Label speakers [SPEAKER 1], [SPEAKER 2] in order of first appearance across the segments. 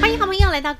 [SPEAKER 1] 欢迎好朋友来到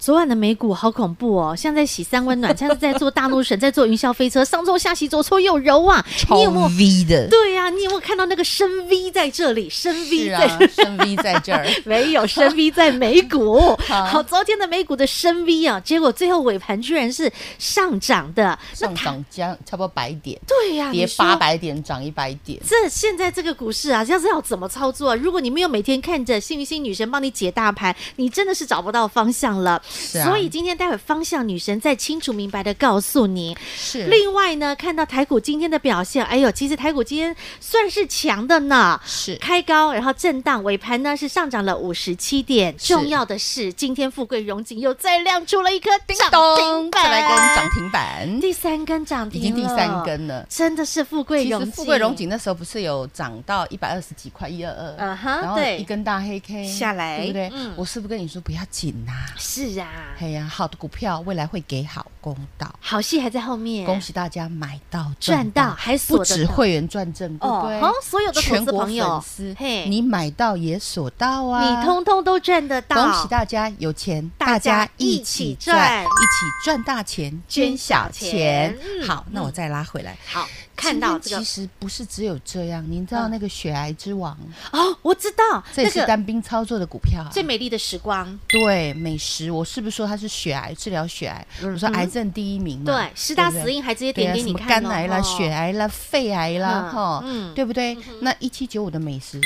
[SPEAKER 1] 昨晚的美股好恐怖哦，像在洗三温暖，像是在做大怒神，在做云霄飞车，上搓下洗，左搓右揉啊。你有没有？
[SPEAKER 2] V 的，
[SPEAKER 1] 对呀、你有没有看到那个深 V 在这里？深 V
[SPEAKER 2] 是
[SPEAKER 1] 在
[SPEAKER 2] 啊，深 V 在 这儿，
[SPEAKER 1] 没有深 V 在美股。
[SPEAKER 2] 好
[SPEAKER 1] 好，昨天的美股的深 V 啊，结果最后尾盘居然是上涨的。
[SPEAKER 2] 上涨将差不多百点，
[SPEAKER 1] 对呀、
[SPEAKER 2] 跌
[SPEAKER 1] 你说
[SPEAKER 2] 八百点，涨一百点。
[SPEAKER 1] 这现在这个股市啊，要是要怎么操作、啊？如果你没有每天看着幸运星女神帮你解大盘，你真的是找不到方向了。
[SPEAKER 2] 啊
[SPEAKER 1] 所以今天待会方向女神再清楚明白的告诉你。
[SPEAKER 2] 是
[SPEAKER 1] 另外呢，看到台股今天的表现，哎呦，其实台股今天算是强的呢。
[SPEAKER 2] 是
[SPEAKER 1] 开高，然后震荡，尾盘呢是上涨了五十七点。
[SPEAKER 2] 是
[SPEAKER 1] 重要的是，今天富贵荣景又再亮出了一颗
[SPEAKER 2] 叮
[SPEAKER 1] 涨停
[SPEAKER 2] 咚，
[SPEAKER 1] 板，
[SPEAKER 2] 再来跟涨停板，
[SPEAKER 1] 第三根涨停，
[SPEAKER 2] 已经第三，根了。
[SPEAKER 1] 真的是富贵
[SPEAKER 2] 其
[SPEAKER 1] 荣
[SPEAKER 2] 实
[SPEAKER 1] 景。
[SPEAKER 2] 富贵荣景那时候不是有涨到一百二十几块，一二二，
[SPEAKER 1] 嗯哼
[SPEAKER 2] 然后
[SPEAKER 1] 对
[SPEAKER 2] 一根大黑 K
[SPEAKER 1] 下来
[SPEAKER 2] 对不对
[SPEAKER 1] 嗯？
[SPEAKER 2] 我是不是跟你说不要紧呐？
[SPEAKER 1] 是啊，
[SPEAKER 2] 哎呀，好的股票未来会给好公道。
[SPEAKER 1] 好戏还在后面，
[SPEAKER 2] 恭喜大家买到
[SPEAKER 1] 赚到
[SPEAKER 2] 到，
[SPEAKER 1] 还锁
[SPEAKER 2] 不
[SPEAKER 1] 得
[SPEAKER 2] 止
[SPEAKER 1] 到
[SPEAKER 2] 会员赚正，对不
[SPEAKER 1] 哦
[SPEAKER 2] 对？
[SPEAKER 1] 好所有的投
[SPEAKER 2] 全
[SPEAKER 1] 资
[SPEAKER 2] 国
[SPEAKER 1] 朋友
[SPEAKER 2] 粉丝，
[SPEAKER 1] 嘿
[SPEAKER 2] 你买到也锁到啊！
[SPEAKER 1] 你通通都赚得到。
[SPEAKER 2] 恭喜大家有钱，
[SPEAKER 1] 大
[SPEAKER 2] 大
[SPEAKER 1] 家
[SPEAKER 2] 家
[SPEAKER 1] 一
[SPEAKER 2] 一
[SPEAKER 1] 起
[SPEAKER 2] 起
[SPEAKER 1] 赚
[SPEAKER 2] 赚，一起赚大钱，
[SPEAKER 1] 捐
[SPEAKER 2] 捐
[SPEAKER 1] 小
[SPEAKER 2] 小
[SPEAKER 1] 钱
[SPEAKER 2] 钱
[SPEAKER 1] 嗯。
[SPEAKER 2] 好，那我再拉回来。
[SPEAKER 1] 好，看到这
[SPEAKER 2] 今天
[SPEAKER 1] 个嗯
[SPEAKER 2] 其实不是只有这样，您知道那个血癌之王，
[SPEAKER 1] 哦，我知道那
[SPEAKER 2] 这也是
[SPEAKER 1] 个
[SPEAKER 2] 单兵操作的股票啊。
[SPEAKER 1] 最美丽的时光，
[SPEAKER 2] 对美食，我是不是说它是血癌治疗血癌？我说癌症第一名
[SPEAKER 1] 嗯
[SPEAKER 2] 嘛，
[SPEAKER 1] 对，十大
[SPEAKER 2] 嗯不对
[SPEAKER 1] 死因还直接
[SPEAKER 2] 对
[SPEAKER 1] 点
[SPEAKER 2] 啊，
[SPEAKER 1] 给
[SPEAKER 2] 什
[SPEAKER 1] 你
[SPEAKER 2] 么
[SPEAKER 1] 看
[SPEAKER 2] 肝
[SPEAKER 1] 哦
[SPEAKER 2] 癌啦、
[SPEAKER 1] 哦
[SPEAKER 2] 血癌啦、肺癌啦，
[SPEAKER 1] 嗯
[SPEAKER 2] 哈
[SPEAKER 1] 嗯，
[SPEAKER 2] 对不对？那一七九五的美食，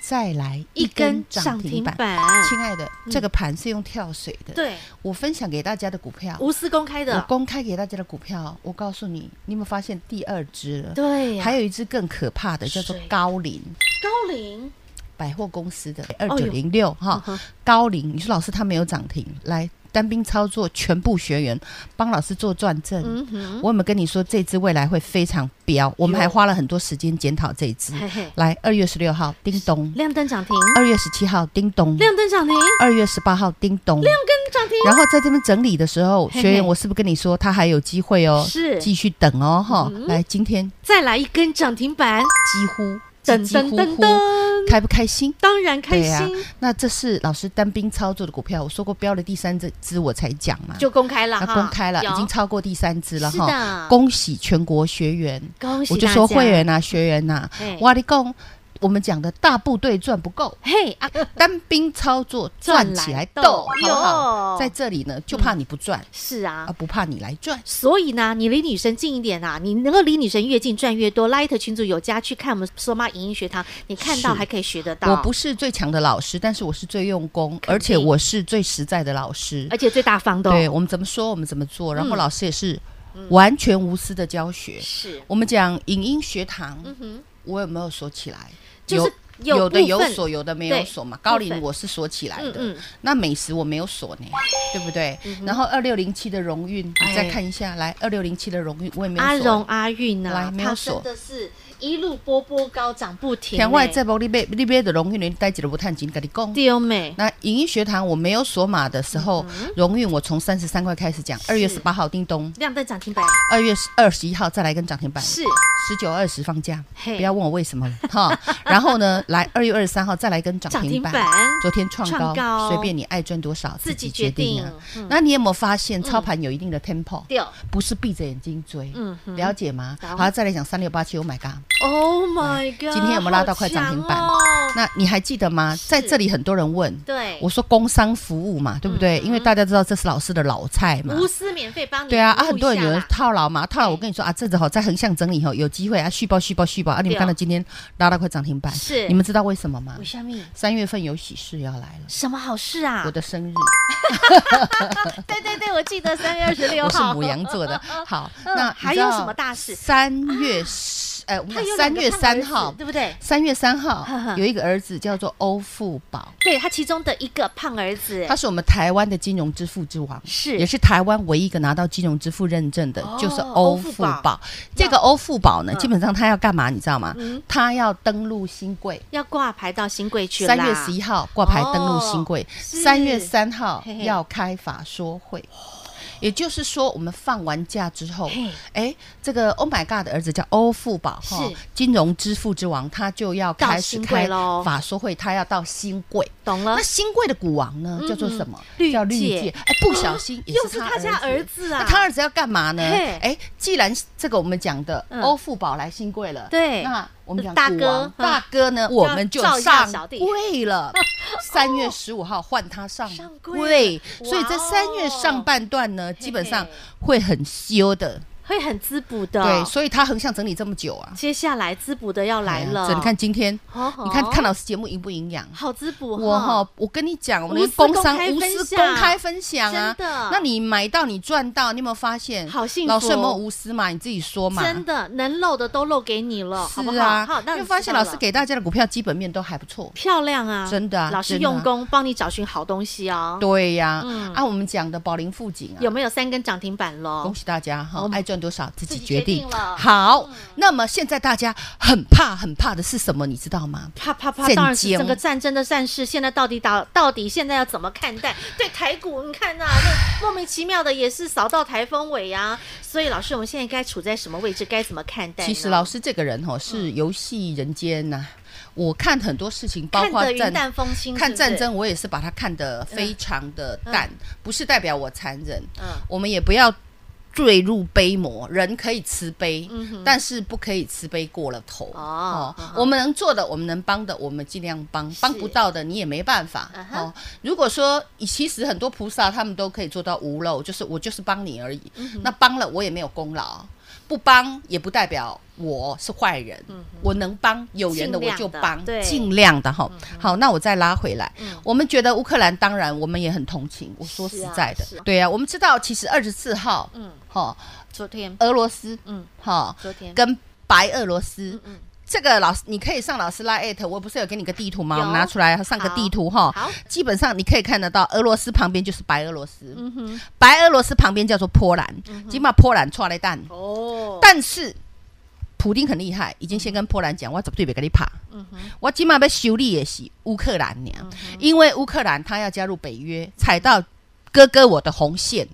[SPEAKER 2] 再来
[SPEAKER 1] 一
[SPEAKER 2] 一
[SPEAKER 1] 根
[SPEAKER 2] 根
[SPEAKER 1] 涨
[SPEAKER 2] 涨
[SPEAKER 1] 停
[SPEAKER 2] 停板。
[SPEAKER 1] 板，嗯
[SPEAKER 2] 亲爱的，这个盘是用跳水的。，
[SPEAKER 1] 对，
[SPEAKER 2] 我分享给大家的股票，
[SPEAKER 1] 无私公开
[SPEAKER 2] 我
[SPEAKER 1] 的，
[SPEAKER 2] 公开给大家的股票，我告诉你，你有没有发现第二只了？
[SPEAKER 1] 对呀，
[SPEAKER 2] 还有一只更可怕的，叫做
[SPEAKER 1] 谁
[SPEAKER 2] 高瓴
[SPEAKER 1] 高龄
[SPEAKER 2] 百货公司的
[SPEAKER 1] 哎
[SPEAKER 2] 二
[SPEAKER 1] 呦
[SPEAKER 2] 九零六哈
[SPEAKER 1] 嗯哼，
[SPEAKER 2] 高瓴，你说老师他没有涨停，来单兵操作，全部学员帮老师做转正，
[SPEAKER 1] 嗯哼，
[SPEAKER 2] 我有没有跟你说这只未来会非常飙？我们还花了很多时间检讨这一只。
[SPEAKER 1] 嘿嘿，
[SPEAKER 2] 来，二月十六号叮咚，
[SPEAKER 1] 亮灯涨停，
[SPEAKER 2] 二月十七号叮咚，
[SPEAKER 1] 亮灯涨停，亮
[SPEAKER 2] 二月十八号叮咚。
[SPEAKER 1] 灯涨停，
[SPEAKER 2] 然后在这边整理的时候，
[SPEAKER 1] 嘿嘿
[SPEAKER 2] 学员，我是不是跟你说它还有机会哦？
[SPEAKER 1] 是嗯
[SPEAKER 2] 继续等哦，哈、来，今天
[SPEAKER 1] 再来一根涨停板，
[SPEAKER 2] 几乎
[SPEAKER 1] 噔
[SPEAKER 2] 几
[SPEAKER 1] 噔
[SPEAKER 2] 乎
[SPEAKER 1] 噔
[SPEAKER 2] 乎
[SPEAKER 1] 噔，
[SPEAKER 2] 开不开心？
[SPEAKER 1] 当然开
[SPEAKER 2] 对啊
[SPEAKER 1] 心，
[SPEAKER 2] 那这是老师单兵操作的股票，我说过标了第三只只我才讲嘛，
[SPEAKER 1] 就公开了
[SPEAKER 2] 那
[SPEAKER 1] 哈，
[SPEAKER 2] 啊公开了，
[SPEAKER 1] 有
[SPEAKER 2] 已经超过第三只了
[SPEAKER 1] 是
[SPEAKER 2] 哈。
[SPEAKER 1] 的，
[SPEAKER 2] 恭喜全国学员，
[SPEAKER 1] 恭喜
[SPEAKER 2] 我就
[SPEAKER 1] 大
[SPEAKER 2] 说
[SPEAKER 1] 家哎
[SPEAKER 2] 会，员呐、啊学员呐、
[SPEAKER 1] 嘿
[SPEAKER 2] 哇！你讲，我们讲的大部队赚不 够，
[SPEAKER 1] 嘿啊，
[SPEAKER 2] 单兵操作
[SPEAKER 1] 赚
[SPEAKER 2] 赚起来
[SPEAKER 1] 来斗
[SPEAKER 2] 斗，好不好？
[SPEAKER 1] 哟
[SPEAKER 2] 在这里呢，就怕你不赚，
[SPEAKER 1] 是啊
[SPEAKER 2] 啊，，不怕你来赚。
[SPEAKER 1] 所以呢，你离女神近一点啊，你能够离女神越近，赚越多。Light 群主有加去看我们索妈影音学堂，你看到
[SPEAKER 2] 是
[SPEAKER 1] 还可以学得到。
[SPEAKER 2] 我不，是最强的老师，但是我是最用功，
[SPEAKER 1] 啊定
[SPEAKER 2] 而且我是最实在的老师
[SPEAKER 1] 而。且最大方的、哦，
[SPEAKER 2] 对，我们怎么说，我们怎么做，然
[SPEAKER 1] 嗯
[SPEAKER 2] 后老师也是完全无私的教学。
[SPEAKER 1] 是，
[SPEAKER 2] 我们讲影音学堂，
[SPEAKER 1] 嗯哼，
[SPEAKER 2] 我有没有锁起来？
[SPEAKER 1] 就是有
[SPEAKER 2] 有的有
[SPEAKER 1] 部分
[SPEAKER 2] 锁，有的没有
[SPEAKER 1] 对
[SPEAKER 2] 锁嘛。高
[SPEAKER 1] 部分
[SPEAKER 2] 龄我是锁起来
[SPEAKER 1] 嗯
[SPEAKER 2] 的，
[SPEAKER 1] 嗯，
[SPEAKER 2] 那美食我没有锁呢，对不对？然后二六零七的荣运，
[SPEAKER 1] 哎
[SPEAKER 2] 你再看一下，来二六零七的荣运我也没
[SPEAKER 1] 阿
[SPEAKER 2] 有
[SPEAKER 1] 荣
[SPEAKER 2] 锁。
[SPEAKER 1] 阿韵啊
[SPEAKER 2] 来，没有
[SPEAKER 1] 他真
[SPEAKER 2] 锁
[SPEAKER 1] 的是一路波波高涨不停、
[SPEAKER 2] 天外
[SPEAKER 1] 欸，
[SPEAKER 2] 这波你边你边的荣运，你带几个不探金，跟你讲。
[SPEAKER 1] 丢美，
[SPEAKER 2] 那影音学堂我没有锁码的时
[SPEAKER 1] 嗯
[SPEAKER 2] 候，荣运我从三十三块开始讲，二月十八号叮咚，
[SPEAKER 1] 亮灯涨停板
[SPEAKER 2] 二月二十一号再来跟涨停板，
[SPEAKER 1] 是
[SPEAKER 2] 十九二十放假，
[SPEAKER 1] 嘿
[SPEAKER 2] 不要问我为什么哈。然后呢，来二月二十三号再来跟涨
[SPEAKER 1] 涨
[SPEAKER 2] 停
[SPEAKER 1] 停
[SPEAKER 2] 板
[SPEAKER 1] 板，，
[SPEAKER 2] 昨天创
[SPEAKER 1] 创高
[SPEAKER 2] 高，随便你爱赚多少
[SPEAKER 1] 自
[SPEAKER 2] 自
[SPEAKER 1] 己
[SPEAKER 2] 己
[SPEAKER 1] 决
[SPEAKER 2] 决定
[SPEAKER 1] 定嗯
[SPEAKER 2] 啊。，那你有没有发现操盘有一定的 tempo？
[SPEAKER 1] 丢
[SPEAKER 2] 不是闭着眼睛追，
[SPEAKER 1] 嗯哼
[SPEAKER 2] 了解吗？
[SPEAKER 1] 懂
[SPEAKER 2] 好，再来讲三六八七，Oh my god，
[SPEAKER 1] Oh my god！
[SPEAKER 2] 今天有没有拉到快涨停板
[SPEAKER 1] 好强哦
[SPEAKER 2] 那你还记得吗？在这里很多人问，
[SPEAKER 1] 对，嗯
[SPEAKER 2] 我说工商服务嘛，对不对？因为大家知道这是老师的老菜嘛。
[SPEAKER 1] 无私免费帮你
[SPEAKER 2] 对啊，
[SPEAKER 1] 服
[SPEAKER 2] 啊，
[SPEAKER 1] 务
[SPEAKER 2] 很多人
[SPEAKER 1] 一嗯下
[SPEAKER 2] 有人
[SPEAKER 1] 啦
[SPEAKER 2] 套牢嘛，套牢。我跟你说啊，这次哈在横向整理后有机会啊，续报续报续报啊！你
[SPEAKER 1] 对哦
[SPEAKER 2] 们看到今天拉到快涨停板，
[SPEAKER 1] 是
[SPEAKER 2] 你们知道为什么吗
[SPEAKER 1] 为？什么？
[SPEAKER 2] 三月份有喜事要来了，
[SPEAKER 1] 什么好事啊？
[SPEAKER 2] 我的生日，
[SPEAKER 1] 对 对对，我记得三月二十六
[SPEAKER 2] 我是
[SPEAKER 1] 号。
[SPEAKER 2] 母羊座的。 好，
[SPEAKER 1] 嗯
[SPEAKER 2] 那
[SPEAKER 1] 还
[SPEAKER 2] 你知道
[SPEAKER 1] 有什么大事
[SPEAKER 2] 三月十，呃，
[SPEAKER 1] 他有两
[SPEAKER 2] 三
[SPEAKER 1] 个
[SPEAKER 2] 月
[SPEAKER 1] 胖
[SPEAKER 2] 三
[SPEAKER 1] 儿子
[SPEAKER 2] 号，
[SPEAKER 1] 对不对？
[SPEAKER 2] 三月三号
[SPEAKER 1] 呵呵
[SPEAKER 2] 有一个儿子叫做欧富宝，
[SPEAKER 1] 对他其中的一个胖儿子
[SPEAKER 2] 他，是我们台湾的金融之父之王，
[SPEAKER 1] 是
[SPEAKER 2] 也是台湾唯一一个拿到金融之父认证的，
[SPEAKER 1] 哦
[SPEAKER 2] 就是欧
[SPEAKER 1] 欧富
[SPEAKER 2] 富
[SPEAKER 1] 宝
[SPEAKER 2] 宝。这个欧富宝呢，
[SPEAKER 1] 嗯
[SPEAKER 2] 基本上他要干嘛，你知道吗
[SPEAKER 1] 嗯？
[SPEAKER 2] 他要登录新贵。
[SPEAKER 1] 要挂牌到新贵去
[SPEAKER 2] 三月十一
[SPEAKER 1] 一，
[SPEAKER 2] 号挂牌登录新贵，
[SPEAKER 1] 是
[SPEAKER 2] 三、月三号
[SPEAKER 1] 嘿嘿
[SPEAKER 2] 要开法说会。也就是说，我们放完假之后
[SPEAKER 1] 嘿，
[SPEAKER 2] 哎，这个 Oh my God 的儿子叫欧富宝
[SPEAKER 1] 是
[SPEAKER 2] 哈，金融之父之王，他就要
[SPEAKER 1] 到
[SPEAKER 2] 开始
[SPEAKER 1] 新贵
[SPEAKER 2] 开
[SPEAKER 1] 咯
[SPEAKER 2] 法说会，他要到新贵。
[SPEAKER 1] 懂了
[SPEAKER 2] 那？新贵的股王呢，叫做什么
[SPEAKER 1] 绿？
[SPEAKER 2] 叫
[SPEAKER 1] 界
[SPEAKER 2] 界。哎，不小心也
[SPEAKER 1] 又
[SPEAKER 2] 是
[SPEAKER 1] 是
[SPEAKER 2] 他
[SPEAKER 1] 他家儿。子啊
[SPEAKER 2] 那，他儿子要干嘛呢？
[SPEAKER 1] 嘿
[SPEAKER 2] 哎，既然这个我们讲的
[SPEAKER 1] 嗯
[SPEAKER 2] 欧富宝来新贵了，
[SPEAKER 1] 对
[SPEAKER 2] 那我们讲
[SPEAKER 1] 大
[SPEAKER 2] 股
[SPEAKER 1] 哥
[SPEAKER 2] 王
[SPEAKER 1] 嗯
[SPEAKER 2] 大哥呢，我们就
[SPEAKER 1] 照一下
[SPEAKER 2] 上
[SPEAKER 1] 小弟
[SPEAKER 2] 贵了。三月十五号换他上
[SPEAKER 1] 上柜
[SPEAKER 2] 柜
[SPEAKER 1] 了，
[SPEAKER 2] 所以
[SPEAKER 1] 哇
[SPEAKER 2] 这
[SPEAKER 1] 哦
[SPEAKER 2] 三月上半段呢，基本上
[SPEAKER 1] 嘿
[SPEAKER 2] 会很羞的。
[SPEAKER 1] 会很滋补的。
[SPEAKER 2] 对，所以他横向整理这么久啊，
[SPEAKER 1] 接下来滋补的要来
[SPEAKER 2] 哎呀
[SPEAKER 1] 了。
[SPEAKER 2] 所以你看，今天，
[SPEAKER 1] 哦吼
[SPEAKER 2] 你看看老师节目营不营养？
[SPEAKER 1] 好滋补
[SPEAKER 2] 我
[SPEAKER 1] 哈
[SPEAKER 2] 哈，，我跟你讲，我
[SPEAKER 1] 无
[SPEAKER 2] 们
[SPEAKER 1] 私
[SPEAKER 2] 工
[SPEAKER 1] 公
[SPEAKER 2] 商
[SPEAKER 1] 开
[SPEAKER 2] 无
[SPEAKER 1] 分
[SPEAKER 2] 私
[SPEAKER 1] 享
[SPEAKER 2] 公开分享啊，
[SPEAKER 1] 真的
[SPEAKER 2] 那你买到你赚到，你有没有发现？
[SPEAKER 1] 好幸福
[SPEAKER 2] 老师有没有无私嘛？你自己说嘛。
[SPEAKER 1] 真的能漏的都漏给你了，好不
[SPEAKER 2] 是
[SPEAKER 1] 好？
[SPEAKER 2] 啊，
[SPEAKER 1] 好，那
[SPEAKER 2] 因为
[SPEAKER 1] 你
[SPEAKER 2] 发
[SPEAKER 1] 知
[SPEAKER 2] 现
[SPEAKER 1] 道
[SPEAKER 2] 老
[SPEAKER 1] 了
[SPEAKER 2] 师给大家的股票基本面都还不错。
[SPEAKER 1] 漂亮啊，
[SPEAKER 2] 真的啊
[SPEAKER 1] 老师
[SPEAKER 2] 真的啊
[SPEAKER 1] 用功帮你找寻好东西哦。
[SPEAKER 2] 对呀
[SPEAKER 1] 嗯，
[SPEAKER 2] 啊，我们讲的宝林富锦啊
[SPEAKER 1] 有，没有三根涨停板喽
[SPEAKER 2] 恭？喜大家哈
[SPEAKER 1] 我，们
[SPEAKER 2] 爱赚多少自己
[SPEAKER 1] 自己决
[SPEAKER 2] 决定
[SPEAKER 1] 定了。嗯
[SPEAKER 2] 好，那么现在大家很怕很怕的是什么？你知道吗？
[SPEAKER 1] 啪啪啪！
[SPEAKER 2] 震
[SPEAKER 1] 当然是
[SPEAKER 2] 惊
[SPEAKER 1] 整个战争的战事，现在到底打到底现在要怎么看待？对台股，你看呐、那莫名其妙的也是扫到台风尾啊。所以老师，我们现在该处在什么位置？该怎么看待呢？
[SPEAKER 2] 其实老师这个人哈
[SPEAKER 1] 嗯
[SPEAKER 2] 是游戏人间呐，我看很多事情，包
[SPEAKER 1] 看
[SPEAKER 2] 括
[SPEAKER 1] 得云
[SPEAKER 2] 战
[SPEAKER 1] 淡风轻，
[SPEAKER 2] 看战
[SPEAKER 1] 是
[SPEAKER 2] 争，我也是把它看得非常的淡，不是代表我残忍，
[SPEAKER 1] 不是，嗯，
[SPEAKER 2] 我们也不要坠入悲魔。人可以慈悲，
[SPEAKER 1] 嗯哼
[SPEAKER 2] 但是不可以慈悲过了头。
[SPEAKER 1] 哦嗯哼
[SPEAKER 2] 我们能做的，我们能帮的，我们尽量帮，帮不到的你也没办法
[SPEAKER 1] 嗯。哼
[SPEAKER 2] 哦，如果说其实很多菩萨他们都可以做到无漏，就是我就是帮你而已，
[SPEAKER 1] 嗯
[SPEAKER 2] 那帮了我也没有功劳。不帮也不代表我是坏人，我能帮有缘的
[SPEAKER 1] 嗯尽
[SPEAKER 2] 我
[SPEAKER 1] 量
[SPEAKER 2] 就
[SPEAKER 1] 的
[SPEAKER 2] 帮，
[SPEAKER 1] 对
[SPEAKER 2] 尽量的
[SPEAKER 1] 嗯
[SPEAKER 2] 哈。好，那我再拉回来，我们觉得乌克兰当然我们也很同情，我说
[SPEAKER 1] 是
[SPEAKER 2] 实
[SPEAKER 1] 啊
[SPEAKER 2] 在的，
[SPEAKER 1] 是啊
[SPEAKER 2] 对啊，我们知道其实二十四号，
[SPEAKER 1] 嗯
[SPEAKER 2] 嗯，哈，
[SPEAKER 1] 昨天，
[SPEAKER 2] 俄罗斯，
[SPEAKER 1] 嗯，
[SPEAKER 2] 哈，
[SPEAKER 1] 昨天，
[SPEAKER 2] 跟白俄罗斯，
[SPEAKER 1] 嗯嗯，
[SPEAKER 2] 这个老师，你可以上老师拉 at，我不是有给你个地图吗？
[SPEAKER 1] 有
[SPEAKER 2] 我们拿出来上个地图哈
[SPEAKER 1] 好。
[SPEAKER 2] 基本上你可以看得到，俄罗斯旁边就是白俄罗斯，
[SPEAKER 1] 嗯哼，嗯
[SPEAKER 2] 白俄罗斯旁边叫做波兰，起码波兰出来蛋，
[SPEAKER 1] 哦，
[SPEAKER 2] 但是普丁很厉害，已经先跟波兰讲，我绝对别给你怕。我起码要修理也是乌克兰呢，因为乌克兰他要加入北约，踩到哥哥我的红线，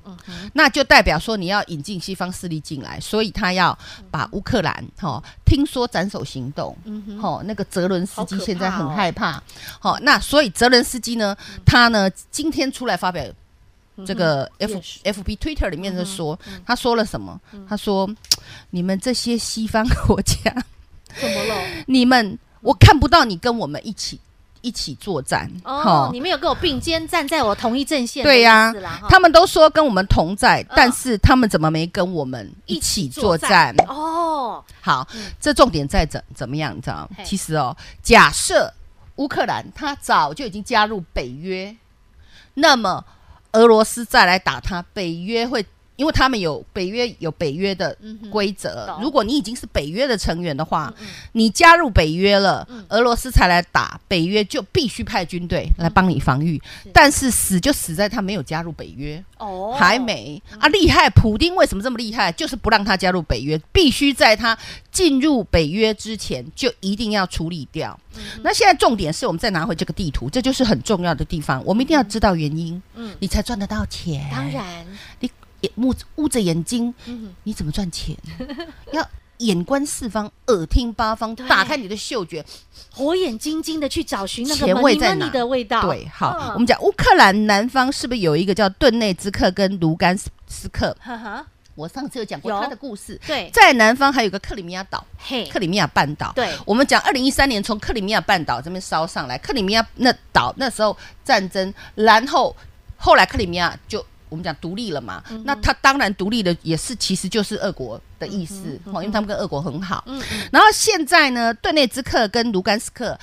[SPEAKER 2] 那就代表说你要引进西方势力进来，所以他要把乌克兰哈、哦，听说斩首行动，哦，那个泽伦斯基现在很害怕，哦，那所以泽伦斯基呢，
[SPEAKER 1] 嗯
[SPEAKER 2] 他呢今天出来发表这个 F、F B Twitter 里
[SPEAKER 1] 嗯
[SPEAKER 2] 面就说，他说了什么？他说：“你们这些西方国家，
[SPEAKER 1] 怎么了？
[SPEAKER 2] 你们我看不到你跟我们一起一起作战，
[SPEAKER 1] 哦
[SPEAKER 2] 齁，
[SPEAKER 1] 你们有跟我并肩站在我同一阵线的
[SPEAKER 2] 对呀、
[SPEAKER 1] 意思啦哈嗯
[SPEAKER 2] 他们都说跟我们同在，但是他们怎么没跟我们一起作战？
[SPEAKER 1] 哦，
[SPEAKER 2] 好，这重点在怎怎么样？你知道吗
[SPEAKER 1] 嘿？
[SPEAKER 2] 其实哦，假设乌克兰他早就已经加入北约，那么俄罗斯再来打他，北约会。因为他们有北约有北约的规则，
[SPEAKER 1] 嗯懂嗯
[SPEAKER 2] 如果你已经是北约的成员的话，你加入北约了，俄罗斯才来打北约，就必须派军队来
[SPEAKER 1] 嗯
[SPEAKER 2] 帮你防御。但是死就死在他没有加入北约。
[SPEAKER 1] 哦，
[SPEAKER 2] 还没啊，厉害！普丁为什么这么厉害？就是不让他加入北约，必须在他进入北约之前就一定要处理掉。
[SPEAKER 1] 嗯
[SPEAKER 2] 那现在重点是我们再拿回这个地图，这就是很重要的地方，我们一定要知道原因，
[SPEAKER 1] 嗯
[SPEAKER 2] 你才赚得到钱。
[SPEAKER 1] 当，然，
[SPEAKER 2] 你也目捂着眼睛，
[SPEAKER 1] 嗯，
[SPEAKER 2] 你怎么赚钱？ 要眼观四方，耳听八方，
[SPEAKER 1] 对
[SPEAKER 2] 打开你的嗅觉，
[SPEAKER 1] 火眼金睛的去找寻那个
[SPEAKER 2] 钱味
[SPEAKER 1] money
[SPEAKER 2] 在哪
[SPEAKER 1] money 的味道，
[SPEAKER 2] 对，好，
[SPEAKER 1] 嗯
[SPEAKER 2] 我们讲乌克兰南方是不是有一个叫顿内兹克跟卢甘斯克？
[SPEAKER 1] 哈哈，
[SPEAKER 2] 我上次有讲过
[SPEAKER 1] 有
[SPEAKER 2] 他的故事。
[SPEAKER 1] 对
[SPEAKER 2] 在南方还有个克里米亚岛，
[SPEAKER 1] 嘿
[SPEAKER 2] 克，里米亚半岛。
[SPEAKER 1] 对
[SPEAKER 2] 我们讲二零一三年从克里米亚半岛这边烧上来，克里米亚那岛那时候战争，然后后来克里米亚就。我们讲独立了嘛，
[SPEAKER 1] 嗯
[SPEAKER 2] 那他当然独立的也是，其实就是俄国的意思，哦，因为他们跟俄国很好。
[SPEAKER 1] 嗯嗯
[SPEAKER 2] 然后现在呢，顿涅茨克跟卢甘斯克，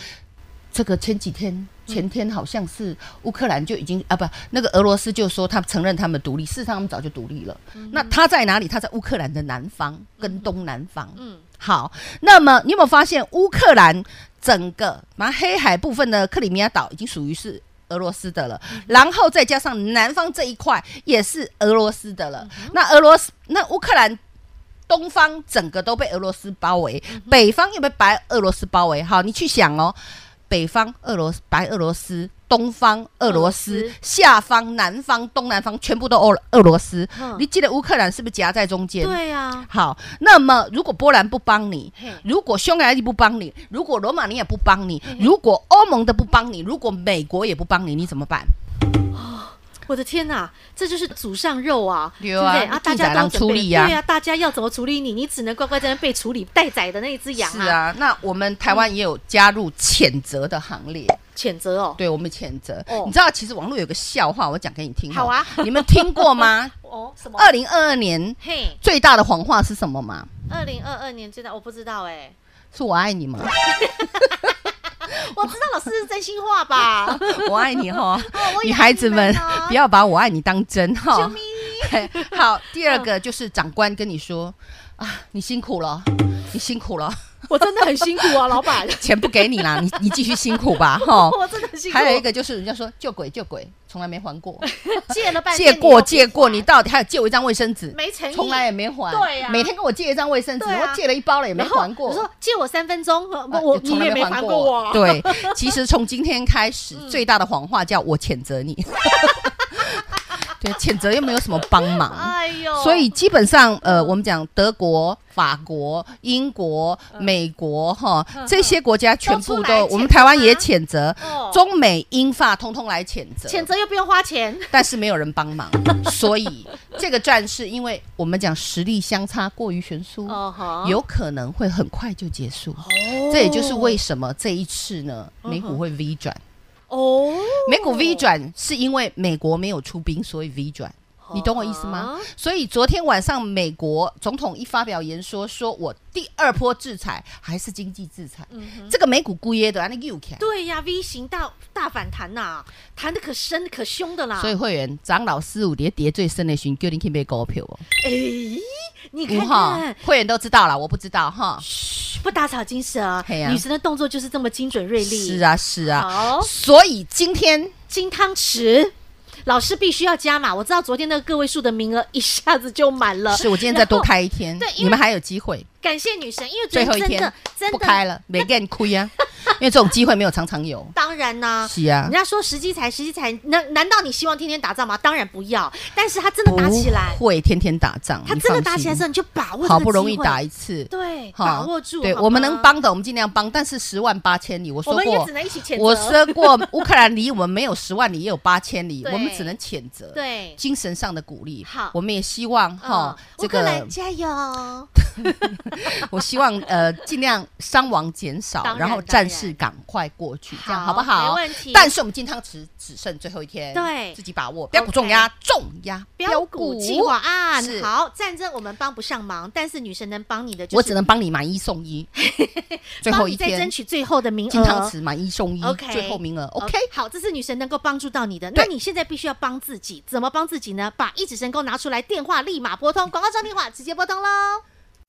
[SPEAKER 2] 这个前几天前天好像是乌克兰就已经啊不，那个俄罗斯就说他承认他们独立，事实上他们早就独立了。
[SPEAKER 1] 嗯
[SPEAKER 2] 那他在哪里？他在乌克兰的南方跟东南方。
[SPEAKER 1] 嗯，
[SPEAKER 2] 好，那么你有没有发现乌克兰整个马黑海部分的克里米亚岛已经属于是俄罗斯的了，
[SPEAKER 1] 嗯
[SPEAKER 2] 然后再加上南方这一块也是俄罗斯的了。
[SPEAKER 1] 嗯
[SPEAKER 2] 那俄罗斯那乌克兰。东方整个都被俄罗斯包围，
[SPEAKER 1] 嗯
[SPEAKER 2] 北方又被白俄罗斯包围。好，你去想哦，北方俄罗斯、白俄罗斯，东方俄罗
[SPEAKER 1] 俄
[SPEAKER 2] 斯，
[SPEAKER 1] 罗斯
[SPEAKER 2] 下方南方、东南方全部都俄俄罗斯。
[SPEAKER 1] 嗯
[SPEAKER 2] 你记得乌克兰是不是夹在中间？
[SPEAKER 1] 对啊，
[SPEAKER 2] 好，那么如果波兰不帮你
[SPEAKER 1] 嘿，
[SPEAKER 2] 如果匈牙利不帮你，如果罗马尼亚不帮你，
[SPEAKER 1] 嗯
[SPEAKER 2] 如果欧盟的不帮你，如果美国也不帮你，你怎么办？
[SPEAKER 1] 我的天哪，这就是祖上肉啊，
[SPEAKER 2] 对
[SPEAKER 1] 对
[SPEAKER 2] 啊
[SPEAKER 1] 不对啊？
[SPEAKER 2] 你
[SPEAKER 1] 大
[SPEAKER 2] 进
[SPEAKER 1] 家
[SPEAKER 2] 宰
[SPEAKER 1] 都
[SPEAKER 2] 狼
[SPEAKER 1] 准
[SPEAKER 2] 处
[SPEAKER 1] 备
[SPEAKER 2] 理啊
[SPEAKER 1] 对啊，大家要怎么处理你？你只能乖乖在那被处理待宰的那一只羊
[SPEAKER 2] 是
[SPEAKER 1] 啊，
[SPEAKER 2] 啊，那我们台湾也有加入谴责的行列，
[SPEAKER 1] 谴责哦。
[SPEAKER 2] 对我们谴责
[SPEAKER 1] 哦。
[SPEAKER 2] 你知道，其实网络有个笑话，我讲给你听哦。
[SPEAKER 1] 好啊
[SPEAKER 2] 你们听过 吗？
[SPEAKER 1] 哦，什么？
[SPEAKER 2] 二零二二年
[SPEAKER 1] 嘿，
[SPEAKER 2] 最大的谎话是什么吗？
[SPEAKER 1] 二零二二年最大，我不知道 哎，
[SPEAKER 2] 是我爱 你吗？
[SPEAKER 1] 我知道老师是真心话 吧？
[SPEAKER 2] 我爱你哈
[SPEAKER 1] 哦我，也
[SPEAKER 2] 女
[SPEAKER 1] 爱
[SPEAKER 2] 孩
[SPEAKER 1] 你
[SPEAKER 2] 子
[SPEAKER 1] 们
[SPEAKER 2] 们
[SPEAKER 1] 啊
[SPEAKER 2] 不要把我爱你当真哦哈。
[SPEAKER 1] 救命！
[SPEAKER 2] 嘿
[SPEAKER 1] 嗯
[SPEAKER 2] 好，第二个就是长官跟你说啊，你辛苦了，你辛苦了，
[SPEAKER 1] 我真的很辛苦啊，老板，
[SPEAKER 2] 钱不给你啦，你你继续辛苦吧，哈。
[SPEAKER 1] 我真的很辛苦。
[SPEAKER 2] 哦还有一个就是人家说借鬼借鬼，从来没还过，
[SPEAKER 1] 借 了半天
[SPEAKER 2] 借过借过，你
[SPEAKER 1] 到
[SPEAKER 2] 到底还有借我一张卫生纸，
[SPEAKER 1] 没诚意，
[SPEAKER 2] 从来也没还，
[SPEAKER 1] 对呀
[SPEAKER 2] 每天跟我借一张卫生纸，
[SPEAKER 1] 对啊
[SPEAKER 2] 我借了一包了也没
[SPEAKER 1] 然后
[SPEAKER 2] 还过
[SPEAKER 1] 我。说借我三分钟，呃
[SPEAKER 2] 啊
[SPEAKER 1] 我我
[SPEAKER 2] 也
[SPEAKER 1] 你
[SPEAKER 2] 从来
[SPEAKER 1] 也
[SPEAKER 2] 没
[SPEAKER 1] 没
[SPEAKER 2] 还啊
[SPEAKER 1] 还过我。 嗯
[SPEAKER 2] 对，其实从今天开始，最大的谎话叫我谴责你。 对，谴责又没有什么帮忙。
[SPEAKER 1] 哎呦，
[SPEAKER 2] 所以基本上，呃，我们讲德国、法国、英国、美国，哈，这些国家全部
[SPEAKER 1] 嗯都出来
[SPEAKER 2] 都，我们
[SPEAKER 1] 谴责啊
[SPEAKER 2] 台湾也
[SPEAKER 1] 吗
[SPEAKER 2] 谴责
[SPEAKER 1] 哦，
[SPEAKER 2] 中美英法通通来谴 责，
[SPEAKER 1] 谴责又不用花钱，
[SPEAKER 2] 但是没有人帮忙， 所以这个战事，因为我们讲实力相差过于悬殊，
[SPEAKER 1] 哦哈
[SPEAKER 2] 嗯
[SPEAKER 1] 哦
[SPEAKER 2] 有可能会很快就结束。这也就是为什么这一次呢，
[SPEAKER 1] 嗯
[SPEAKER 2] 美股会 V 转，
[SPEAKER 1] 哦，
[SPEAKER 2] 美股 V 转是因为美国没有出兵，所以 V 转。
[SPEAKER 1] 哦
[SPEAKER 2] 你懂我意思吗
[SPEAKER 1] 啊？
[SPEAKER 2] 所以昨天晚上，美国总统一发表言说，说我第二波制裁还是经济制裁，这个美股估耶的，那又看。
[SPEAKER 1] 嗯对呀，V 型大大反弹呐，弹的可深可凶的啦。
[SPEAKER 2] 所以会员长老四五跌跌最深的群，究竟可以股票哦？
[SPEAKER 1] 哎，你
[SPEAKER 2] 有
[SPEAKER 1] 看
[SPEAKER 2] 哈
[SPEAKER 1] 看，，
[SPEAKER 2] 会员都知道了，我不知道哈。
[SPEAKER 1] 嘘不打草惊蛇
[SPEAKER 2] 嘿呀，
[SPEAKER 1] 女神的动作就是这么精准锐利。
[SPEAKER 2] 是啊，是啊
[SPEAKER 1] 好。
[SPEAKER 2] 所以今天
[SPEAKER 1] 金汤匙。老师必须要加码，我知道昨天那个个位数的名额一下子就满了。
[SPEAKER 2] 是我今天再多
[SPEAKER 1] 然后
[SPEAKER 2] 开一天
[SPEAKER 1] 呃对，因为
[SPEAKER 2] 你们还有机会，
[SPEAKER 1] 感谢女神，因为昨
[SPEAKER 2] 最
[SPEAKER 1] 天
[SPEAKER 2] 后一
[SPEAKER 1] 真
[SPEAKER 2] 天
[SPEAKER 1] 的真
[SPEAKER 2] 不
[SPEAKER 1] 的
[SPEAKER 2] 开了，没跟亏啊，因为这种机会没有常常有。
[SPEAKER 1] 当然啦、
[SPEAKER 2] 是啊
[SPEAKER 1] 人，家说时机财，时机财，难难道你希望天天打仗吗？当然不要，但是他真的打起来，
[SPEAKER 2] 不会天天打仗，
[SPEAKER 1] 他
[SPEAKER 2] 你
[SPEAKER 1] 真的
[SPEAKER 2] 放
[SPEAKER 1] 打起来
[SPEAKER 2] 心
[SPEAKER 1] 之后，你就把握这个
[SPEAKER 2] 哦好不容易
[SPEAKER 1] 机会
[SPEAKER 2] 打一次，
[SPEAKER 1] 对，
[SPEAKER 2] 哈
[SPEAKER 1] 把握住，
[SPEAKER 2] 对
[SPEAKER 1] 好
[SPEAKER 2] 我们
[SPEAKER 1] 吗
[SPEAKER 2] 能，帮的，我们尽量帮，但是十万八千里，我
[SPEAKER 1] 我
[SPEAKER 2] 说
[SPEAKER 1] 们也
[SPEAKER 2] 过
[SPEAKER 1] 只，能一起谴责。
[SPEAKER 2] 我说过，乌克兰离我们没有十万里，也有八千里，
[SPEAKER 1] 对
[SPEAKER 2] 我们只能谴责，，
[SPEAKER 1] 对，
[SPEAKER 2] 精神上的鼓励。
[SPEAKER 1] 好
[SPEAKER 2] 我们也希望哈
[SPEAKER 1] 嗯，乌
[SPEAKER 2] 这
[SPEAKER 1] 克
[SPEAKER 2] 个
[SPEAKER 1] 兰加油，
[SPEAKER 2] 我希望呃尽量伤亡减少
[SPEAKER 1] 当，然
[SPEAKER 2] 然
[SPEAKER 1] 当
[SPEAKER 2] 后
[SPEAKER 1] 然
[SPEAKER 2] 战事赶快过去，
[SPEAKER 1] 好
[SPEAKER 2] 这样好不好？
[SPEAKER 1] 没问题
[SPEAKER 2] 但是我们金汤匙只剩最后一天，
[SPEAKER 1] 对
[SPEAKER 2] 自己把握，标股重压，重压
[SPEAKER 1] 标股计划案
[SPEAKER 2] 是。
[SPEAKER 1] 好，战争我们帮不上忙，但是女神能帮你的，就
[SPEAKER 2] 我只
[SPEAKER 1] 是
[SPEAKER 2] 能帮你买一送 一，最后
[SPEAKER 1] 帮
[SPEAKER 2] 一
[SPEAKER 1] 你再
[SPEAKER 2] 天
[SPEAKER 1] 争取最后的名额。
[SPEAKER 2] 金汤匙买一送一
[SPEAKER 1] OK
[SPEAKER 2] 最后名额，OK。
[SPEAKER 1] 呃好，这是女神能够帮助到你的。
[SPEAKER 2] 对
[SPEAKER 1] 那你现在必须要帮自己，怎么帮自己呢？把一指神功拿出来，电话立马拨通，广告商电话直接拨通喽。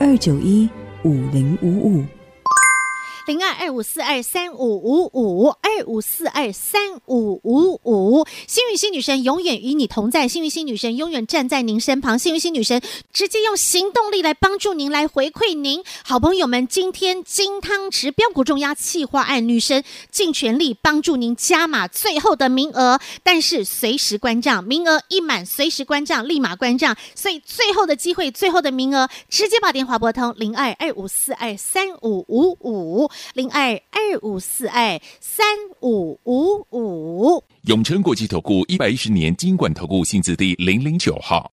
[SPEAKER 3] 二九一五零五五。
[SPEAKER 1] 零二二五四二三五五五二五四二三五五五。幸运星女神永远与你同在，幸运星女神永远站在您身旁，幸运星女神直接用行动力来帮助您，来回馈您。好朋友们，今天金汤匙标股重压企划案，女神尽全力帮助您加码最后的名额，但是随时关账，名额一满随时关账，立马关账。所以最后的机会，最后的名额，直接把电话拨通零二二五四二三五五五零二二五四二三五五五。
[SPEAKER 4] 永诚国际投顾一百一十年金管投顾新字第零零九号，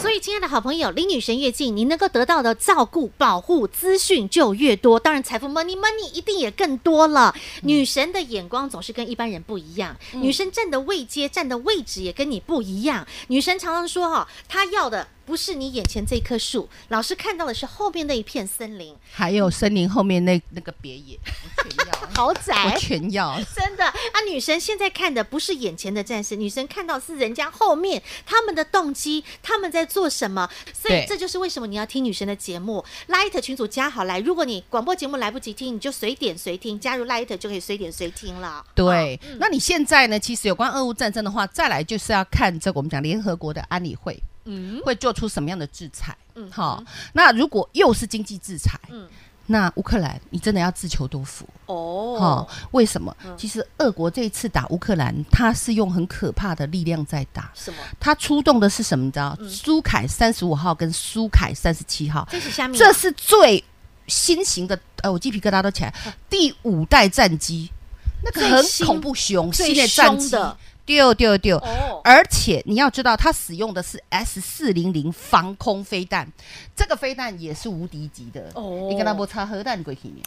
[SPEAKER 1] 所以，亲爱的好朋友，离女神越近，您能够得到的照顾、保护、资讯就越多，当然财富 money money 一定也更多了。女神的眼光总是跟一般人不一样，女神站的位阶、站的位置也跟你不一样。女神常常说哈、她要的不是你眼前这棵树，老师看到的是后面那一片森林、
[SPEAKER 2] 还有森林后面那那个别野，我全要啊，
[SPEAKER 1] 豪
[SPEAKER 2] 我
[SPEAKER 1] 宅。
[SPEAKER 2] 全要。
[SPEAKER 1] 真的啊，女神现在看的不是眼前的战士，女神看到是人家后面他们的动机，他们在做什么。所以
[SPEAKER 2] 对
[SPEAKER 1] 这就是为什么你要听女神的节目，Light 群组加好来。如果你广播节目来不及听，你就随点随听，加入 Light 就可以随点随听了。啊
[SPEAKER 2] 对，
[SPEAKER 1] 嗯
[SPEAKER 2] 那你现在呢？其实有关俄乌战争的话，再来就是要看这个我们讲联合国的安理会
[SPEAKER 1] 嗯
[SPEAKER 2] 会做出什么样的制裁。
[SPEAKER 1] 嗯
[SPEAKER 2] 好，那如果又是经济制裁，
[SPEAKER 1] 嗯
[SPEAKER 2] 那乌克兰你真的要自求多福。哦
[SPEAKER 1] 哦，，
[SPEAKER 2] 为什么？其实俄国这一次打乌克兰，他是用很可怕的力量在打。
[SPEAKER 1] 什么？
[SPEAKER 2] 他出动的是什么？你知道？苏凯三十五号跟苏凯三十七号，
[SPEAKER 1] 嗯这是啊下面
[SPEAKER 2] 这是最新型的，呃，我鸡皮疙瘩都起来。第五代战机，那个
[SPEAKER 1] 哦最
[SPEAKER 2] 很
[SPEAKER 1] 新
[SPEAKER 2] 恐怖熊，
[SPEAKER 1] 最
[SPEAKER 2] 新的战
[SPEAKER 1] 凶
[SPEAKER 2] 机
[SPEAKER 1] 的，
[SPEAKER 2] 丢丢丢。
[SPEAKER 1] 哦，
[SPEAKER 2] 而且你要知道，它使用的是 S 四零零防空飞弹，这个飞弹也是无敌级的。
[SPEAKER 1] 哦
[SPEAKER 2] 你跟它不差核弹鬼去你，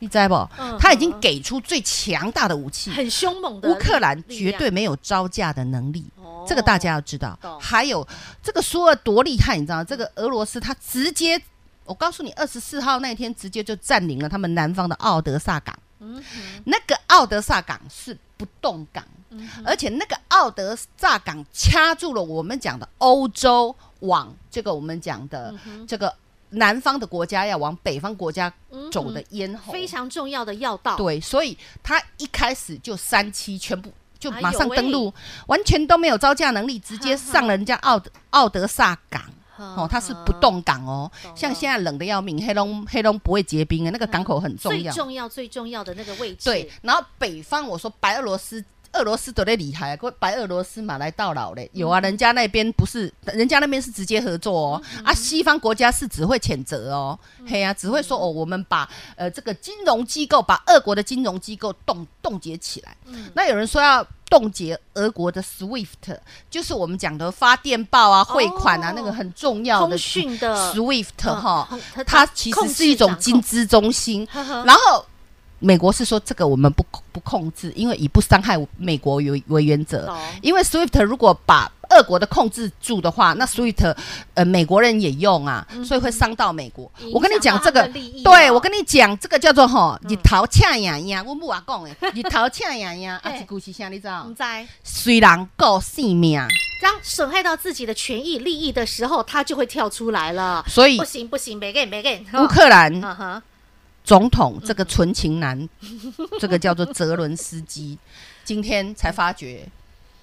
[SPEAKER 2] 你知不
[SPEAKER 1] 嗯？
[SPEAKER 2] 它已经给出最强大的武器，
[SPEAKER 1] 很凶猛的
[SPEAKER 2] 乌克兰
[SPEAKER 1] 力
[SPEAKER 2] 绝
[SPEAKER 1] 量
[SPEAKER 2] 对没有招架的能力。
[SPEAKER 1] 哦
[SPEAKER 2] 这个大家要知道
[SPEAKER 1] 懂。
[SPEAKER 2] 还有这个苏尔多厉害，你知道这个俄罗斯他直接，我告诉你，二十四号那天直接就占领了他们南方的奥德萨港。
[SPEAKER 1] 嗯
[SPEAKER 2] 那个奥德萨港是不动港，
[SPEAKER 1] 嗯
[SPEAKER 2] 而且那个奥德萨港掐住了我们讲的欧洲往这个我们讲
[SPEAKER 1] 嗯
[SPEAKER 2] 的这个南方的国家要往北方国家走
[SPEAKER 1] 嗯
[SPEAKER 2] 的咽喉，
[SPEAKER 1] 哦非常重要的要道。
[SPEAKER 2] 对，所以他一开始就三期全部就马
[SPEAKER 1] 哎呦
[SPEAKER 2] 上
[SPEAKER 1] 喂
[SPEAKER 2] 登陆，完全都没有招架能力，直接上了人家奥德奥德萨港。
[SPEAKER 1] 啊
[SPEAKER 2] 哦，它是不动港哦，像现在冷的要命，黑龙黑龙不会结冰的那个港口很重
[SPEAKER 1] 最
[SPEAKER 2] 要。
[SPEAKER 1] 重要、最重要的那个位置。
[SPEAKER 2] 对，然后北方我说白俄罗斯，俄罗斯都在厉害，过白俄罗斯马来到老嘞，
[SPEAKER 1] 嗯
[SPEAKER 2] 有啊，人家那边不是，人家那边是直接合作哦，
[SPEAKER 1] 嗯
[SPEAKER 2] 啊，西方国家是只会谴责哦，嘿呀、啊，只会说哦，我们把呃这个金融机构，把俄国的金融机构冻冻结起来，
[SPEAKER 1] 嗯
[SPEAKER 2] 那有人说要。冻结俄国的 SWIFT，就是我们讲的发电报啊、汇款啊，
[SPEAKER 1] 哦
[SPEAKER 2] 那个很重要的
[SPEAKER 1] 通讯的
[SPEAKER 2] SWIFT
[SPEAKER 1] 嗯
[SPEAKER 2] 哈
[SPEAKER 1] 控它，
[SPEAKER 2] 它其
[SPEAKER 1] 控
[SPEAKER 2] 实
[SPEAKER 1] 制
[SPEAKER 2] 是一种
[SPEAKER 1] 掌控
[SPEAKER 2] 金资中心，
[SPEAKER 1] 呵呵
[SPEAKER 2] 然后美国是说这个我们不不控制，因为以不伤害美国为为原则
[SPEAKER 1] 懂。
[SPEAKER 2] 因为 SWIFT 如果把俄国的控制住的
[SPEAKER 1] 嗯
[SPEAKER 2] 话，那 SWIFT 呃美国人也用啊，所以会伤到美国
[SPEAKER 1] 影响。
[SPEAKER 2] 我跟你讲
[SPEAKER 1] 到
[SPEAKER 2] 这
[SPEAKER 1] 他
[SPEAKER 2] 个
[SPEAKER 1] 们的利益，嗯
[SPEAKER 2] 对
[SPEAKER 1] 哦
[SPEAKER 2] 我跟你讲这个叫做吼日头赤呀呀，我母阿 讲诶，日头赤呀呀，啊
[SPEAKER 1] 嘿
[SPEAKER 2] 一句是啥你知道
[SPEAKER 1] 唔？在。
[SPEAKER 2] 虽然顾性命，
[SPEAKER 1] 当损害到自己的权益利益的时候，他就会跳出来了。
[SPEAKER 2] 所以
[SPEAKER 1] 不行不行，没给没给。
[SPEAKER 2] 乌克兰
[SPEAKER 1] 啊哈，
[SPEAKER 2] 总统这个纯情男，这个叫做泽伦斯基，今天才发觉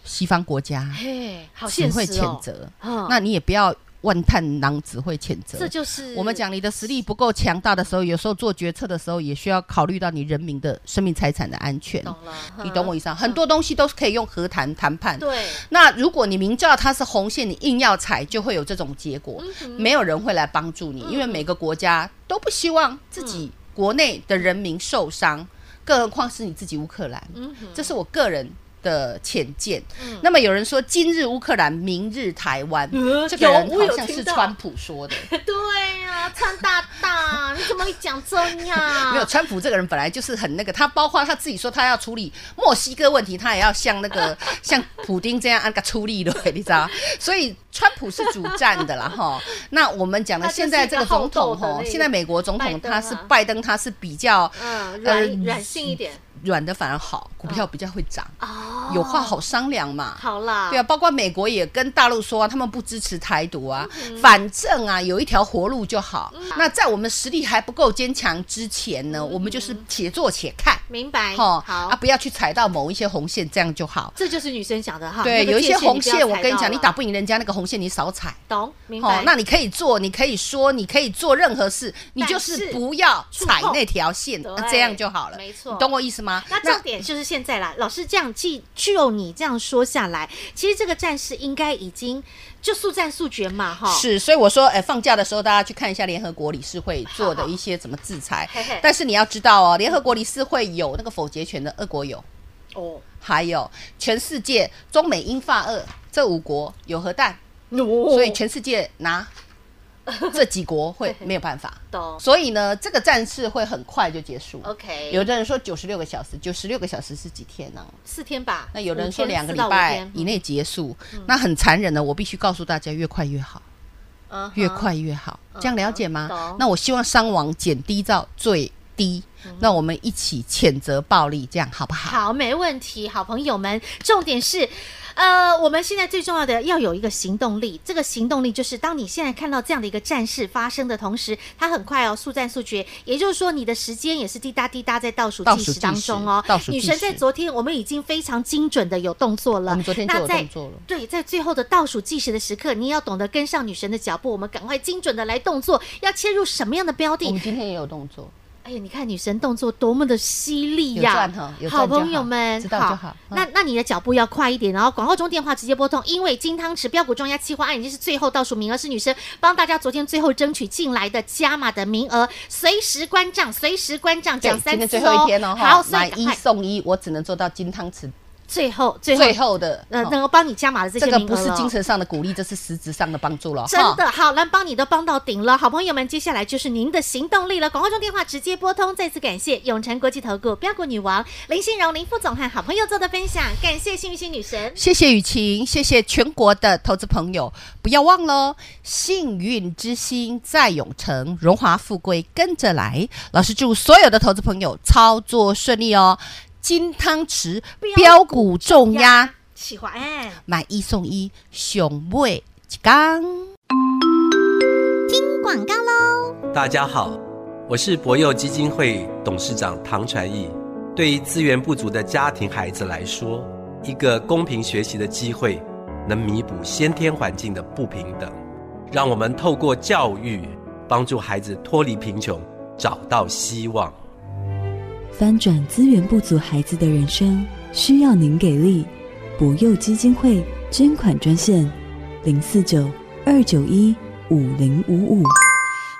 [SPEAKER 2] 西方国家
[SPEAKER 1] 嘿，好
[SPEAKER 2] 只
[SPEAKER 1] 现
[SPEAKER 2] 会
[SPEAKER 1] 实
[SPEAKER 2] 谴
[SPEAKER 1] 哦。
[SPEAKER 2] 责，
[SPEAKER 1] 嗯
[SPEAKER 2] 那你也不要万叹狼只会谴责
[SPEAKER 1] 这。就是
[SPEAKER 2] 我们讲你的实力不够强大的时候，有时候做决策的时候也需要考虑到你人民的生命财产的安全。
[SPEAKER 1] 懂了，
[SPEAKER 2] 你懂我
[SPEAKER 1] 意
[SPEAKER 2] 意思啊？很多东西都是可以用和谈谈判。
[SPEAKER 1] 对，
[SPEAKER 2] 那如果你明知道它是红线，你硬要踩，就会有这种结果。
[SPEAKER 1] 嗯
[SPEAKER 2] 没有人会来帮助你，因为每个国家都不希望自
[SPEAKER 1] 嗯
[SPEAKER 2] 己国内的人民受伤，更何况是你自己乌克兰。
[SPEAKER 1] 嗯哼，嗯
[SPEAKER 2] 这是我个人的浅见。那么有人说，今日乌克兰，明日台湾，
[SPEAKER 1] 呃
[SPEAKER 2] 这个人
[SPEAKER 1] 有我有
[SPEAKER 2] 好像是
[SPEAKER 1] 听到
[SPEAKER 2] 川普说的。
[SPEAKER 1] 对呀，川大大，你怎么会讲这样？
[SPEAKER 2] 没有，川普这个人本来就是很那个，他包括他自己说他要处理墨西哥问题，他也要像那 个像普丁这样按个出力的，你知道？所以川普是主战的啦，哈。那我们讲的
[SPEAKER 1] 他就是
[SPEAKER 2] 现在这个总
[SPEAKER 1] 一个好斗
[SPEAKER 2] 统
[SPEAKER 1] 的那
[SPEAKER 2] 哈，
[SPEAKER 1] 个
[SPEAKER 2] 现在美国总
[SPEAKER 1] 拜
[SPEAKER 2] 统
[SPEAKER 1] 登
[SPEAKER 2] 他是
[SPEAKER 1] 啊
[SPEAKER 2] 拜登，他是比较
[SPEAKER 1] 嗯，
[SPEAKER 2] 呃
[SPEAKER 1] 软软性一点
[SPEAKER 2] 软的反而好，股票比较会涨。
[SPEAKER 1] 哦。
[SPEAKER 2] 有话好商量嘛。
[SPEAKER 1] 好啦，
[SPEAKER 2] 对啊，，包括美国也跟大陆说、啊，他们不支持台独啊，反正啊有一条活路就好。那在我们实力还不够坚强之前呢，我们就是且做且看，
[SPEAKER 1] 明白。
[SPEAKER 2] 哈，
[SPEAKER 1] 好
[SPEAKER 2] 啊，，不要去踩到某一些红线，这样就好。
[SPEAKER 1] 这就是女生讲的哈。啊
[SPEAKER 2] 对，
[SPEAKER 1] 那个
[SPEAKER 2] 有一
[SPEAKER 1] 界
[SPEAKER 2] 些
[SPEAKER 1] 限
[SPEAKER 2] 红
[SPEAKER 1] 你不要
[SPEAKER 2] 线，我
[SPEAKER 1] 踩
[SPEAKER 2] 跟你
[SPEAKER 1] 到
[SPEAKER 2] 讲，你
[SPEAKER 1] 了
[SPEAKER 2] 打不赢人家那个红线，你少踩。
[SPEAKER 1] 懂明
[SPEAKER 2] 哦
[SPEAKER 1] 白？，
[SPEAKER 2] 那你可以做，你可以说，你可以做任何事，你就
[SPEAKER 1] 但
[SPEAKER 2] 是
[SPEAKER 1] 是
[SPEAKER 2] 不要
[SPEAKER 1] 触
[SPEAKER 2] 踩
[SPEAKER 1] 碰
[SPEAKER 2] 那条线，呃
[SPEAKER 1] 对
[SPEAKER 2] 这样就好了。
[SPEAKER 1] 没错
[SPEAKER 2] 你懂我意思吗？
[SPEAKER 1] 那重点就是现在啦，老师这样记，就你这样说下来，其实这个战事应该已经就速战速决嘛，哈。
[SPEAKER 2] 是，所以我说，哎、放假的时候大家去看一下联合国理事会做的一些怎么制裁
[SPEAKER 1] 嘿嘿。
[SPEAKER 2] 但是你要知道哦，联合国理事会有那个否决权的俄国有，
[SPEAKER 1] 哦，
[SPEAKER 2] 还有全世界中美英法俄这五国有核弹，哦所
[SPEAKER 1] 所
[SPEAKER 2] 以全世界 拿这几国会没有办法。
[SPEAKER 1] 懂
[SPEAKER 2] 所以呢，这个战事会很快就结束。
[SPEAKER 1] OK，
[SPEAKER 2] 有的人说九十六个小时，九十六个小时是几天呢、
[SPEAKER 1] 四天吧？
[SPEAKER 2] 那有的人
[SPEAKER 1] 五
[SPEAKER 2] 说
[SPEAKER 1] 天
[SPEAKER 2] 两
[SPEAKER 1] 四
[SPEAKER 2] 个礼
[SPEAKER 1] 到五
[SPEAKER 2] 拜
[SPEAKER 1] 天嗯
[SPEAKER 2] 以内结束，那很残忍的。我必须告诉大家，越快越好，
[SPEAKER 1] 嗯
[SPEAKER 2] 越
[SPEAKER 1] 哼
[SPEAKER 2] 快越好，这样了解吗？
[SPEAKER 1] 嗯懂嗯
[SPEAKER 2] 那我希望伤亡减低到最低，那我们一起谴责暴力，这样好不好？
[SPEAKER 1] 好，没问题，好朋友们，重点是。呃，我们现在最重要的要有一个行动力，这个行动力就是当你现在看到这样的一个战事发生的同时，它很快哦，速战速决，也就是说你的时间也是滴答滴答在倒数
[SPEAKER 2] 倒
[SPEAKER 1] 计
[SPEAKER 2] 数
[SPEAKER 1] 时
[SPEAKER 2] 计
[SPEAKER 1] 当
[SPEAKER 2] 时
[SPEAKER 1] 中哦。
[SPEAKER 2] 倒数
[SPEAKER 1] 女
[SPEAKER 2] 计
[SPEAKER 1] 神在
[SPEAKER 2] 时嗯
[SPEAKER 1] 昨天我们已经非常精准的有动作了，
[SPEAKER 2] 我们昨天就
[SPEAKER 1] 那
[SPEAKER 2] 有
[SPEAKER 1] 在
[SPEAKER 2] 动作了。
[SPEAKER 1] 对，在最后的倒数计时的时刻，你要懂得跟上女神的脚步，我们赶快精准的来动作，要切入什么样的标
[SPEAKER 2] 我
[SPEAKER 1] 的
[SPEAKER 2] 们？今天也有动作，
[SPEAKER 1] 哎呀，你看女神动作多么的犀利
[SPEAKER 2] 有
[SPEAKER 1] 呀！
[SPEAKER 2] 赚哈，有
[SPEAKER 1] 好
[SPEAKER 2] 赚就
[SPEAKER 1] 朋友们，
[SPEAKER 2] 知道就好。嗯
[SPEAKER 1] 那那你的脚步要快一点，然后广告中电话直接拨通，因为金汤匙标股庄家计划案已经是最后倒数名额，是女生帮大家昨天最后争取进来的加码的名额，随时关账，随时关账，
[SPEAKER 2] 对
[SPEAKER 1] 讲三
[SPEAKER 2] 今
[SPEAKER 1] 次
[SPEAKER 2] 天最后一天哦，哈
[SPEAKER 1] 好，所
[SPEAKER 2] 买
[SPEAKER 1] 以赶
[SPEAKER 2] 一
[SPEAKER 1] 快
[SPEAKER 2] 送一，我只能做到金汤匙
[SPEAKER 1] 最后最后
[SPEAKER 2] 最后的。
[SPEAKER 1] 呃
[SPEAKER 2] 哈
[SPEAKER 1] 能够帮你加码的这些
[SPEAKER 2] 这个
[SPEAKER 1] 名额
[SPEAKER 2] 不是
[SPEAKER 1] 了
[SPEAKER 2] 精神上的鼓励，这是实质上的帮助了。啊哈
[SPEAKER 1] 真的好，蓝帮你都帮到顶了，好朋友们，接下来就是您的行动力了。广告中电话直接拨通，再次感谢永诚国际投顾标股女王林心荣林副总和好朋友做的分享，感谢幸运星女神。
[SPEAKER 2] 谢谢雨晴，谢谢全国的投资朋友，不要忘了哦，幸运之星在永城，荣华富贵跟着来。老师祝所有的投资朋友操作顺利哦！金汤匙标股重压，
[SPEAKER 1] 喜欢哎。
[SPEAKER 2] 买一送一，熊妹一缸。
[SPEAKER 1] 广告喽。
[SPEAKER 5] 大家好，我是博幼基金会董事长唐传义。对于资源不足的家庭孩子来说，一个公平学习的机会，能弥补先天环境的不平等。让我们透过教育，帮助孩子脱离贫穷，找到希望。
[SPEAKER 3] 翻转资源不足孩子的人生，需要您给力。博幼基金会捐款专线：零四九二九一五零五五。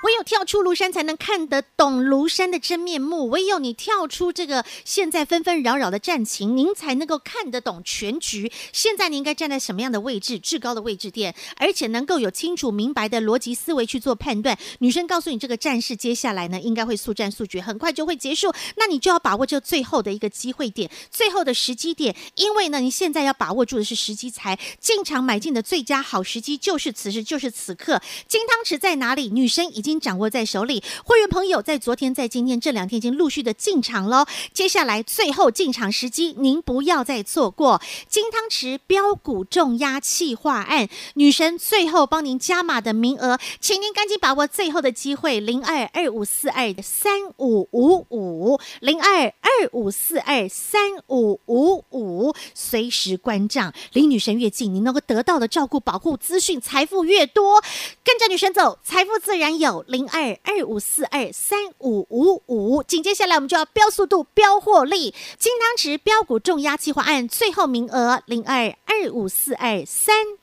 [SPEAKER 1] 唯有跳出庐山，才能看得懂庐山的真面目；唯有你跳出这个现在纷纷扰扰的战情，您才能够看得懂全局。现在你应该站在什么样的位置，至高的位置点，而且能够有清楚明白的逻辑思维去做判断。女生告诉你，这个战事接下来呢，应该会速战速决，很快就会结束。那你就要把握这最后的一个机会点，最后的时机点，因为呢，你现在要把握住的是时机财，进场买进的最佳好时机就是此时，就是此刻。金汤匙在哪里？女生已经掌握在手里，会员朋友在昨天、在今天这两天已经陆续的进场喽。接下来最后进场时机，您不要再错过。金汤匙标股重压气化案，女神最后帮您加码的名额，请您赶紧把握最后的机会，零二二五四二三五五五，零二二五四二三五五五，随时关账。离女神越近，您能够得到的照顾、保护、资讯、财富越多。跟着女神走，财富自然有。零二二五四二三五五五，紧接下来我们就要标速度、标获利。金汤匙标股重压计划案最后名额零二二五四二三